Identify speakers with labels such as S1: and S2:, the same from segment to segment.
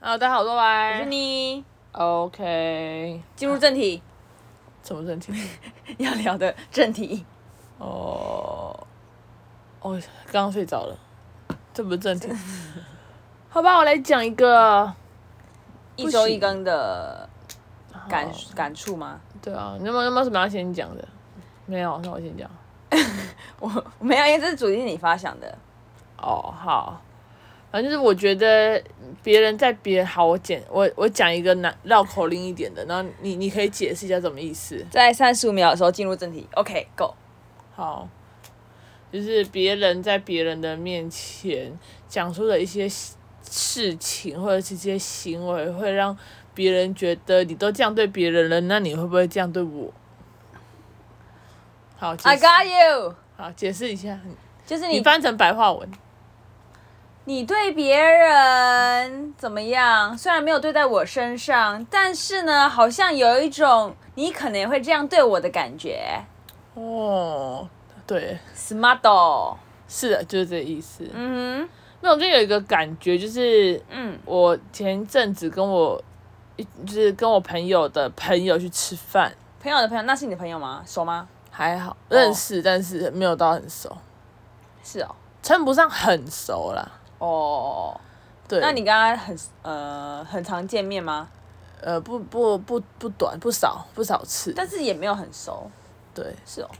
S1: 啊，大家好，我是歪
S2: 我是你。
S1: OK，
S2: 进入正题，
S1: 什么正题？
S2: 要聊的正题，
S1: 哦，哦，刚刚睡着了，这不是 正题。好吧，我来讲一个。
S2: 一周
S1: 行
S2: 一更的感
S1: 好
S2: 感触吗？
S1: 对啊，你有没有有没有什么要先讲的？没有，那我先讲。
S2: 我没有，因为这是主题是你发想的。
S1: 哦，好，反正就是我觉得别人在别人好，我简我我讲一个难绕口令一点的，然后你你可以解释一下什么意思。
S2: 在三十五秒的时候进入正题，OK，Go。
S1: 好，就是别人在别人的面前讲出的一些事事情或者是一些行为，会让别人觉得你都这样对别人了，那你会不会这样对我？好，解
S2: I
S1: 释
S2: got you，
S1: 好解释一下，
S2: 就是
S1: 你
S2: 你
S1: 翻成白话文。
S2: 你对别人怎么样？虽然没有对在我身上，但是呢，好像有一种你可能也会这样对我的感觉。
S1: 哦，对，
S2: Smart，
S1: 是的，就是这意思。
S2: 嗯哼，
S1: 那我就有一个感觉，就是
S2: 嗯
S1: 我前一阵子跟我一就是跟我朋友的朋友去吃饭，
S2: 朋友的朋友，那是你的朋友吗？熟吗？
S1: 还
S2: 哦
S1: 好认识，但是没有到很熟，
S2: 是哦，
S1: 称不上很熟啦。
S2: 哦哦，哦
S1: 对，
S2: 那你跟他很呃很常见面吗？
S1: 呃不不不不短不少不少次，
S2: 但是也没有很熟，
S1: 对，
S2: 是哦，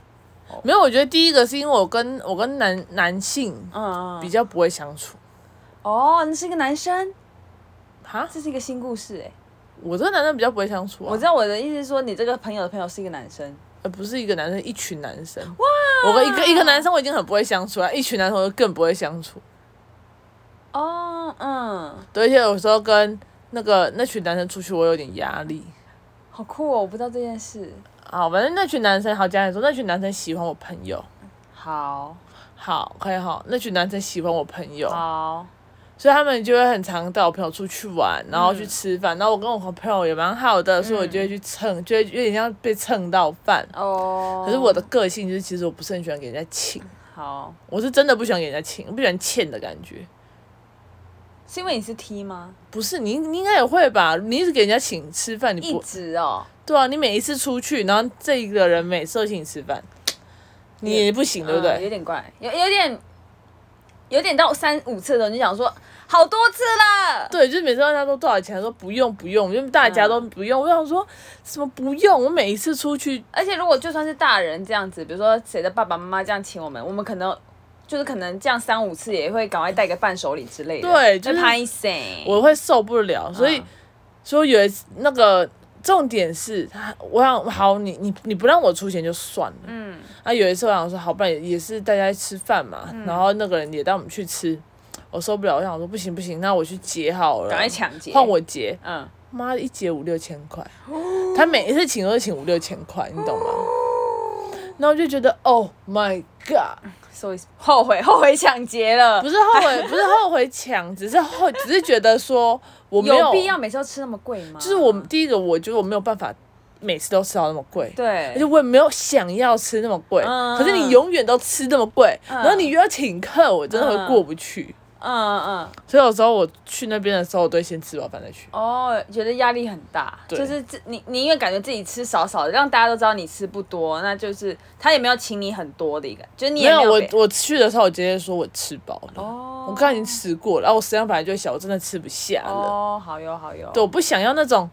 S1: 没有。我觉得第一个是因为我跟我跟男男性
S2: 嗯，
S1: 比较不会相处。
S2: 哦，那是一个男生，
S1: 哈，
S2: 这是一个新故事哎、
S1: 我这个男生比较不会相处啊，
S2: 我知道我的意思是说，你这个朋友的朋友是一个男生，
S1: 呃不是一个男生，一群男生。哇，我跟一个一个男生我已经很不会相处了，一群男生我就更不会相处。
S2: 哦，嗯，
S1: 对，而且有时候跟那个那群男生出去，我有点压力。
S2: 好酷哦，我不知道这件事。
S1: 好，反正那群男生，好简单来说，那群男生喜欢我朋友。
S2: 好，
S1: 好，可以好，那群男生喜欢我朋
S2: 哦
S1: 友，
S2: 好，
S1: 所以他们就会很常带我朋友出去玩，然
S2: 嗯
S1: 后去吃饭。然后我跟我朋友也蛮好的，所以我就会去蹭，就会有点像被蹭到饭。
S2: 哦，
S1: 可是我的个性就是，其实我不是很喜欢给人家请，
S2: 好，
S1: 我是真的不喜欢给人家请，我不喜欢欠的感觉。
S2: 是因为你是 T 吗？
S1: 不是你，你应该也会吧？你一直给人家请吃饭，你
S2: 一
S1: 不
S2: 直哦，
S1: 对啊，你每一次出去，然后这一个人每次都请你吃饭，你也不行，对不
S2: 嗯有
S1: 对？
S2: 点怪，有有点，有点到三五次的时候，你就想说好多次了，
S1: 对，就是每次问他说多少钱，他说不用不用，因为大家都
S2: 嗯
S1: 不用。我想说什么不用？我每一次出去，
S2: 而且如果就算是大人这样子，比如说谁的爸爸妈妈这样请我们，我们可能就是可能这样三五次也会赶快带个伴手礼之类的，
S1: 对就是
S2: 拍谁？
S1: 我会受不了。所以
S2: 嗯
S1: 说有一次那个重点是，他我想好你你你不让我出钱就算了。
S2: 嗯
S1: 啊，有一次我想说，好，不然也也是大家吃饭嘛，
S2: 嗯
S1: 然后那个人也带我们去吃，我受不了，我想说不行不行，那我去结好了，
S2: 赶快抢劫
S1: 换我结。
S2: 嗯，
S1: 妈的一节五六千块，
S2: 哦
S1: 他每一次请都是请五六千块，你懂吗？然后我就觉得，Oh my god，
S2: 所以后悔 后悔抢劫了，
S1: 不是后悔，不是后悔抢，只是后，只是觉得说我没
S2: 有
S1: 有
S2: 必要，每次都吃那么贵吗？
S1: 就是我第一个，我觉得我没有办法每次都吃到那么贵，
S2: 对
S1: 而且，我也没有想要吃那么贵，
S2: 嗯
S1: 可是你永远都吃那么贵，
S2: 嗯
S1: 然后你又要请客，我真的会
S2: 嗯
S1: 过不去。
S2: 嗯嗯，
S1: 所以有时候我去那边的时候，我都会先吃饱饭再去。
S2: 哦，觉得压力很大，
S1: 对
S2: 就是自你你因为感觉自己吃少少的，让大家都知道你吃不多，那就是他也没有请你很多的一个，就是你
S1: 没
S2: 也
S1: 有，我
S2: 被
S1: 我去的时候，我直接说我吃饱了。
S2: 哦，
S1: 我刚才已经吃过了，然后我食量本来就小，我真的吃不下了。
S2: 哦，好哟好哟，
S1: 对，我不想要那种，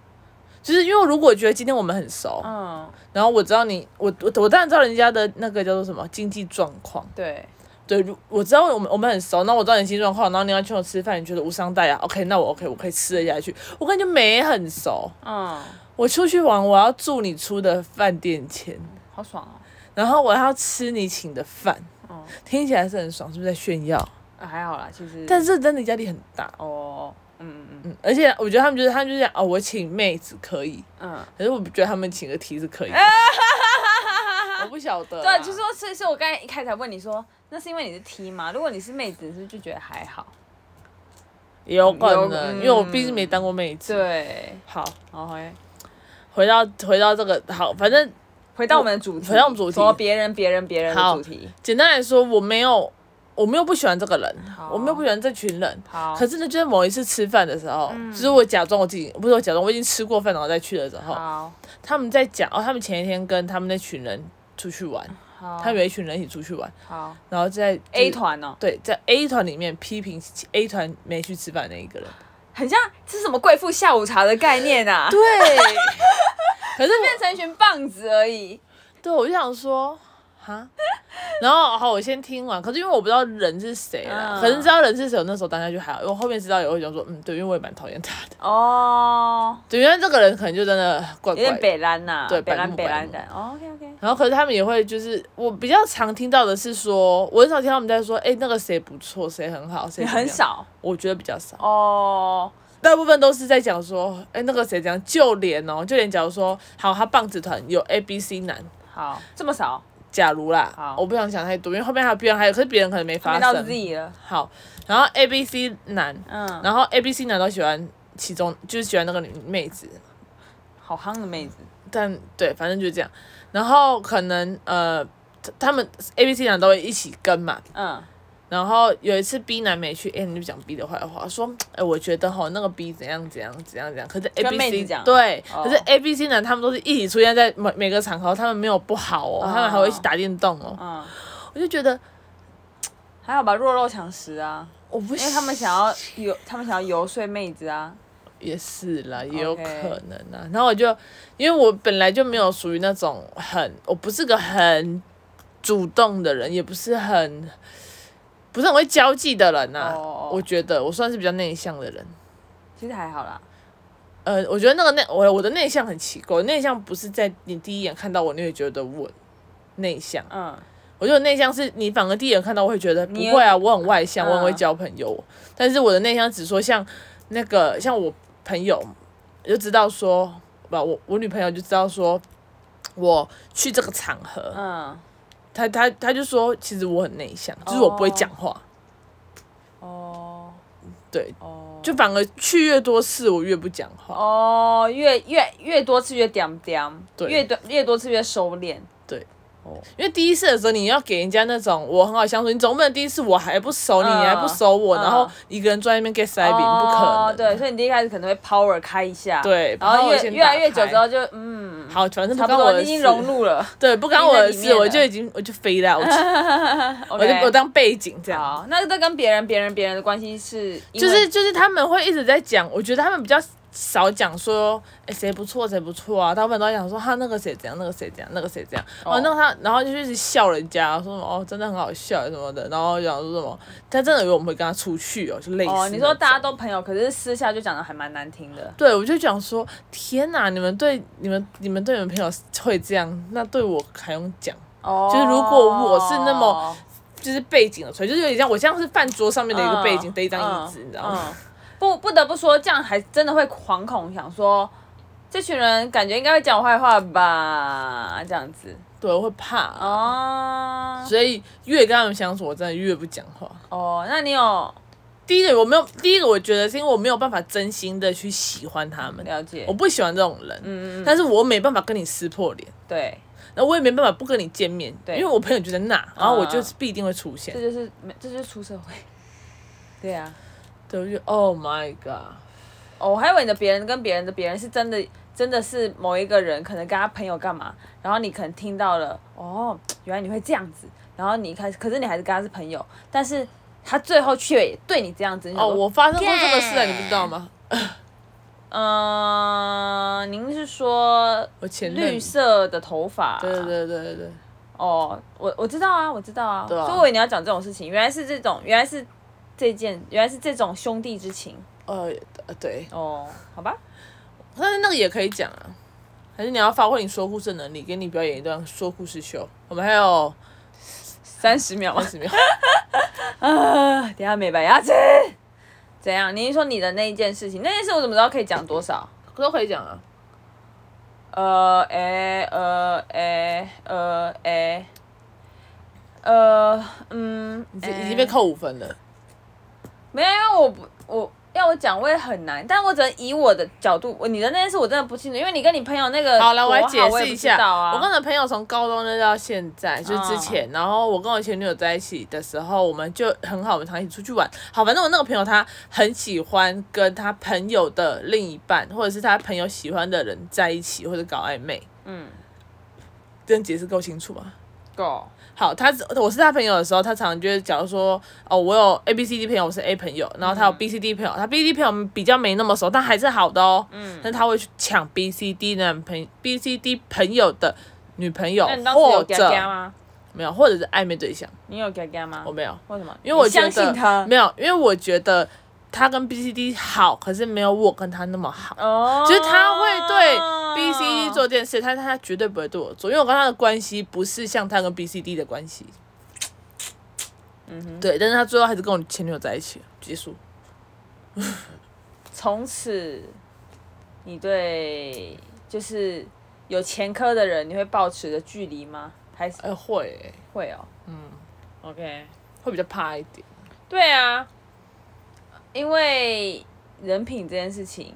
S1: 就是因为如果觉得今天我们很熟，
S2: 嗯，
S1: 然后我知道你，我我我当然知道人家的那个叫做什么经济状况，
S2: 对。
S1: 对，如我知道我们我们很熟，那我知道你经济状况，然后你要请我吃饭，你觉得无伤大雅，OK，那我 OK，我可以吃得下去。我感觉没很熟，
S2: 嗯，
S1: 我出去玩，我要住你出的饭店钱，
S2: 好爽哦。
S1: 然后我还要吃你请的饭，
S2: 嗯，
S1: 听起来是很爽，是不是在炫耀？
S2: 呃还好啦，其实。
S1: 但是真的压力很大，
S2: 哦，嗯嗯嗯
S1: 嗯，而且我觉得他们就是他们就是讲哦，我请妹子可以，
S2: 嗯，
S1: 可是我觉得他们请个题是可 以的，我不晓得啦。
S2: 对，啊就是说，所以所以我刚才一开始还问你说，那是因为你是 T 吗？如果你是妹子，是不是就觉得还好？
S1: 也有可
S2: 有
S1: 能，
S2: 嗯
S1: 因为我毕竟没当过妹子。
S2: 对，
S1: 好，
S2: 好回
S1: 回到回到这个好，反正
S2: 回到我们的主题，
S1: 回到我们主题
S2: 说别人别人别人的
S1: 好
S2: 主题。
S1: 简单来说，我没有，我们又不喜欢这个人，
S2: 好
S1: 我们又不喜欢这群人。
S2: 好，嗯
S1: 可是呢，就是某一次吃饭的时候，就是我假装我自己，不是我假装我已经吃过饭，然后再去的时候，
S2: 好
S1: 他们在讲哦，他们前一天跟他们那群人出去玩，
S2: 好，
S1: 他们有一群人一起出去玩，
S2: 好
S1: 然后在就是
S2: A 团哦，
S1: 对，在 A 团里面批评 A 团没去吃饭那一个人，
S2: 很像这是什么贵妇下午茶的概念 啊，
S1: 对，可是
S2: 变成一群棒子而已。
S1: 对，我就想说，哈，然后好，我先听完。可是因为我不知道人是谁啦，
S2: 嗯
S1: 可是知道人是谁，我那时候当下就还好，因为我后面知道以后就想说，嗯，对，因为我也蛮讨厌他的，
S2: 哦，
S1: 对，因为这个人可能就真的怪怪
S2: 有点
S1: 的。
S2: 北蓝呐，
S1: 对
S2: 北蓝
S1: 白
S2: 北哦
S1: 目
S2: 蓝
S1: 白
S2: 的。OK OK，
S1: 然后可是他们也会就是我比较常听到的是说，我很少听到他们在说，哎、那个谁不错，谁很好，谁
S2: 也
S1: 怎么
S2: 很
S1: 样，
S2: 少
S1: 我觉得比较少，
S2: 哦。
S1: 大部分都是在讲说，哎、那个谁怎样，就连哦，就连假如说，好，他棒子团有 A B C 男。
S2: 好，这么少，
S1: 假如啦
S2: 好，
S1: 我不想讲太多，因为后面还有别人，还有，可是别人可能没发
S2: 没
S1: 生。
S2: 到 Z 了。
S1: 好，然后 A B C 男，
S2: 嗯，
S1: 然后 A B C 男都喜欢其中，就是喜欢那个女妹子，
S2: 好夯的妹子。
S1: 但对，反正就这样。然后可能呃，他他们 A B C 男都会一起跟嘛。
S2: 嗯，
S1: 然后有一次 B 男没去，哎、你就讲 B 的坏话，说，哎、我觉得吼那个 B 怎样怎样怎样怎样，可是 A
S2: 跟
S1: B
S2: 妹子
S1: C
S2: 讲
S1: 对，
S2: 哦
S1: 可是 A B C 男他们都是一起出现在每每个场合，他们没有不好哦，他们还会一起打电动哦，
S2: 嗯，
S1: 我就觉得
S2: 还好吧，弱肉强食啊，
S1: 我不
S2: 因为他们想要 游，他们想要游说妹子啊。
S1: 也是啦，也有
S2: OK
S1: 可能啊。然后我就，因为我本来就没有属于那种很，我不是个很主动的人，也不是很，不是很会交际的人呐、
S2: 哦
S1: 我觉得我算是比较内向的人。
S2: 其实还好啦，
S1: 呃，我觉得那个内我我的内向很奇怪，内向不是在你第一眼看到我你会觉得我内向，啊
S2: 嗯，
S1: 我觉得内向是你反而第一眼看到我会觉得不
S2: 你有
S1: 会啊，我很外向，我很会
S2: 嗯
S1: 交朋友。但是我的内向只说像那个像我朋友就知道说，不，我我女朋友就知道说，我去这个场合，
S2: 嗯，
S1: 她她她就说其实我很内向，就是我不会讲话，
S2: 哦，
S1: 对，
S2: 哦，
S1: 就反而去越多次我越不讲话，
S2: 哦，越越越多次越点点，
S1: 对
S2: 越多越多次越收敛。
S1: 对，
S2: 哦，
S1: 因为第一次的时候你要给人家那种我很好相处，你总不能第一次我还不熟你，
S2: 嗯
S1: 你还不熟我，
S2: 嗯哦
S1: 然后一个人坐在那边 get 塞饼，不可能，
S2: 对，所以你第一开始可能会 power 开一下，，
S1: 对，
S2: 然后越
S1: 先
S2: 越来越
S1: 打开
S2: 久之后就嗯，
S1: 好，反正
S2: 差
S1: 不
S2: 不
S1: 关我
S2: 多
S1: 的
S2: 你已经
S1: 事
S2: 融入了。
S1: 对，不干我的
S2: 已经在
S1: 事，
S2: 里面了
S1: 我就已经我就飞了，我 就我
S2: OK，
S1: 就我当背景这样。
S2: 好，那这跟别人、别人、别人的关系是因为，
S1: 就是就是他们会一直在讲，我觉得他们比较少讲说，哎、谁不错谁不错啊，大部分都在讲说哈那个谁怎样，那个谁怎样，那个谁怎样，
S2: 哦
S1: 哦，那个他然后就一直笑人家，说什么哦真的很好笑什么的，然后讲说什么他真的以为我们会跟他出去哦，就类似那种。
S2: 哦，你说大家都朋友，可是私下就讲的还蛮难听的。
S1: 对，我就讲说天哪，你们对你们你们对你们朋友会这样，那对我还用讲？
S2: 哦，
S1: 就是如果我是那么就是背景的锤，就是有点像我像是饭桌上面的一个背景的一张椅子，
S2: 嗯
S1: 你知道吗？
S2: 嗯 不不得不说，这样还真的会惶恐，想说这群人感觉应该会讲我坏话吧，这样子
S1: 对，我会怕，
S2: 哦
S1: 所以越跟他们相处，我真的越不讲话。
S2: 哦，那你有
S1: 第一个我没有，第一个我觉得是因为我没有办法真心的去喜欢他们，
S2: 了解
S1: 我？不喜欢这种人，
S2: 嗯嗯嗯，
S1: 但是我没办法跟你撕破脸，
S2: 对，
S1: 然后我也没办法不跟你见面，
S2: 对
S1: 因为我朋友就在那，然后我就
S2: 嗯
S1: 啊是必定会出现
S2: 这。就是没这就是出社会， 对啊，
S1: 对，我就 Oh my god，
S2: 哦，我还以为你的别人跟别人的别人是真的，真的是某一个人，可能跟他朋友干嘛，然后你可能听到了，哦，原来你会这样子，然后你一开始，可是你还是跟他是朋友，但是他最后却对你这样子。你想
S1: 哦，
S2: 说，
S1: 我发生过这个事啊，你不知道吗？
S2: 嗯、您是说
S1: 我前任
S2: 绿，色的头发？啊
S1: 对对对对对。
S2: 哦，我我知道啊，我知道啊，
S1: 对啊
S2: 所以我以为你要讲这种事情，原来是这种，原来是这件，原来是这种兄弟之情。
S1: 呃，对，
S2: 哦，好吧，
S1: 但是那个也可以讲啊，还是你要发挥你说故事的能力，给你表演一段说故事秀。我们还有
S2: 三十秒
S1: 二
S2: 吗？
S1: 十秒，
S2: 啊，等一下没白牙齿。怎样？你是说你的那一件事情？那件事我怎么知道可以讲多少？
S1: 都 可以讲啊。
S2: 呃，诶，呃，诶，呃，诶，呃，嗯，嗯呃
S1: 已经
S2: 诶
S1: 已经被扣五分了，
S2: 没有，因为我不，我要我讲我也很难，但我只能以我的角度，我你的那件事我真的不清楚，因为你跟你朋友那个
S1: 好了，
S2: 多
S1: 我来解
S2: 我
S1: 释
S2: 也
S1: 一
S2: 不知
S1: 下。
S2: 道啊、嗯
S1: 我跟我的朋友从高中认识到现在，就是之前，然后我跟我前女友在一起的时候，我们就很好，我们常一起出去玩。好，反正我那个朋友他很喜欢跟他朋友的另一半，或者是他朋友喜欢的人在一起，或者搞暧昧。
S2: 嗯
S1: 这样解释够清楚吗？
S2: 够
S1: 好，他我是他朋友的时候，他常常就是假如说，哦，我有 A B C D 朋友，我是 A 朋友，然后他
S2: 嗯
S1: 有 B C D 朋友，他 B C D 朋友比较没那么熟，但还是好的哦。嗯。但他会去抢 B C D 男朋 B C D 朋友的女朋友
S2: 那你，当时
S1: 或
S2: 有嘎嘎
S1: 者
S2: 吗？
S1: 没有，或者是暧昧对象，
S2: 你有嘎嘎吗
S1: 我？没有，
S2: 为什么？
S1: 因为我
S2: 你
S1: 觉
S2: 相
S1: 得
S2: 信他
S1: 没有，因为我觉得他跟 B C D 好，可是没有我跟他那么好。
S2: 哦，
S1: 就是他会对 B C D 做这件事，但是他绝对不会对我做，因为我跟他的关系不是像他跟 B C D 的关系。
S2: 嗯哼，
S1: 对，但是他最后还是跟我前女友在一起了，结束。
S2: 从此你对就是有前科的人，你会保持着距离吗？还是
S1: 哎、会欸、
S2: 会哦
S1: 嗯，
S2: ？OK，
S1: 会比较怕一点。
S2: 对啊，因为人品这件事情，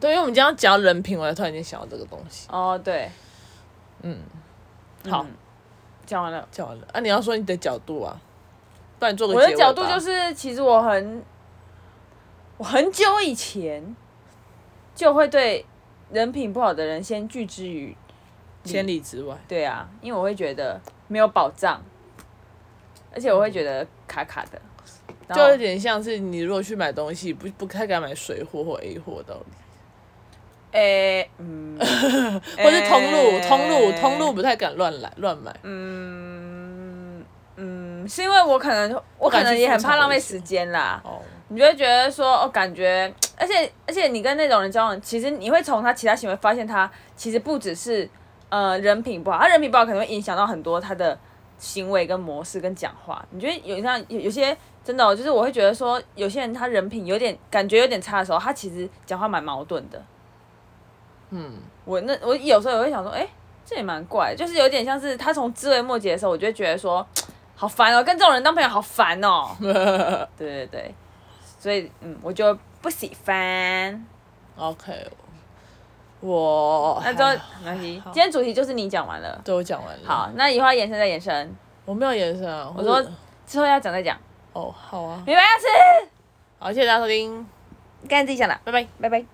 S1: 对，因为我们今天要讲人品，我才突然间想到这个东西。
S2: 哦，对，
S1: 嗯，好，
S2: 嗯讲完了。
S1: 讲完了。啊，你要说你的角度啊，不然你做个
S2: 我的
S1: 结尾
S2: 角度
S1: 吧
S2: 就是，其实我很，我很久以前就会对人品不好的人先拒之于，
S1: 千里之外。
S2: 对啊，因为我会觉得没有保障，而且我会觉得卡卡的，然
S1: 就
S2: 后
S1: 有点像是你如果去买东西，不不太敢买水货或 A 货的道理，
S2: 诶、嗯，
S1: 或是通路、
S2: 诶
S1: 通路、通路，不太敢乱来乱买。
S2: 嗯嗯，是因为我可能我可
S1: 敢
S2: 能
S1: 去
S2: 也很
S1: 复
S2: 怕
S1: 查
S2: 浪费
S1: 危险
S2: 时间啦，
S1: 哦，
S2: 你就会觉得说，哦，感觉，而且而且你跟那种人交往，其实你会从他其他行为发现他其实不只是呃人品不好，他人品不好可能会影响到很多他的行为跟模式跟讲话。你觉得有像有有些真的哦、就是我会觉得说，有些人他人品有点感觉有点差的时候，他其实讲话蛮矛盾的。
S1: 嗯，
S2: 我那我有时候也会想说，哎、这也蛮怪的，就是有点像是他从枝微末节的时候，我就会觉得说，好烦哦、跟这种人当朋友好烦哦、对对对，所以嗯，我就不喜欢。
S1: OK，我
S2: 那之后没关系，
S1: 好
S2: 今天主题就是你讲完了。
S1: 对我讲完了。
S2: 好，，那以后要延伸再延伸，
S1: 我没有延伸啊。
S2: 我说之后要讲再讲。
S1: 哦，好啊，
S2: 没白要吃，
S1: 好，谢谢大家收听，
S2: 干自己想的，
S1: 拜拜。
S2: 拜拜。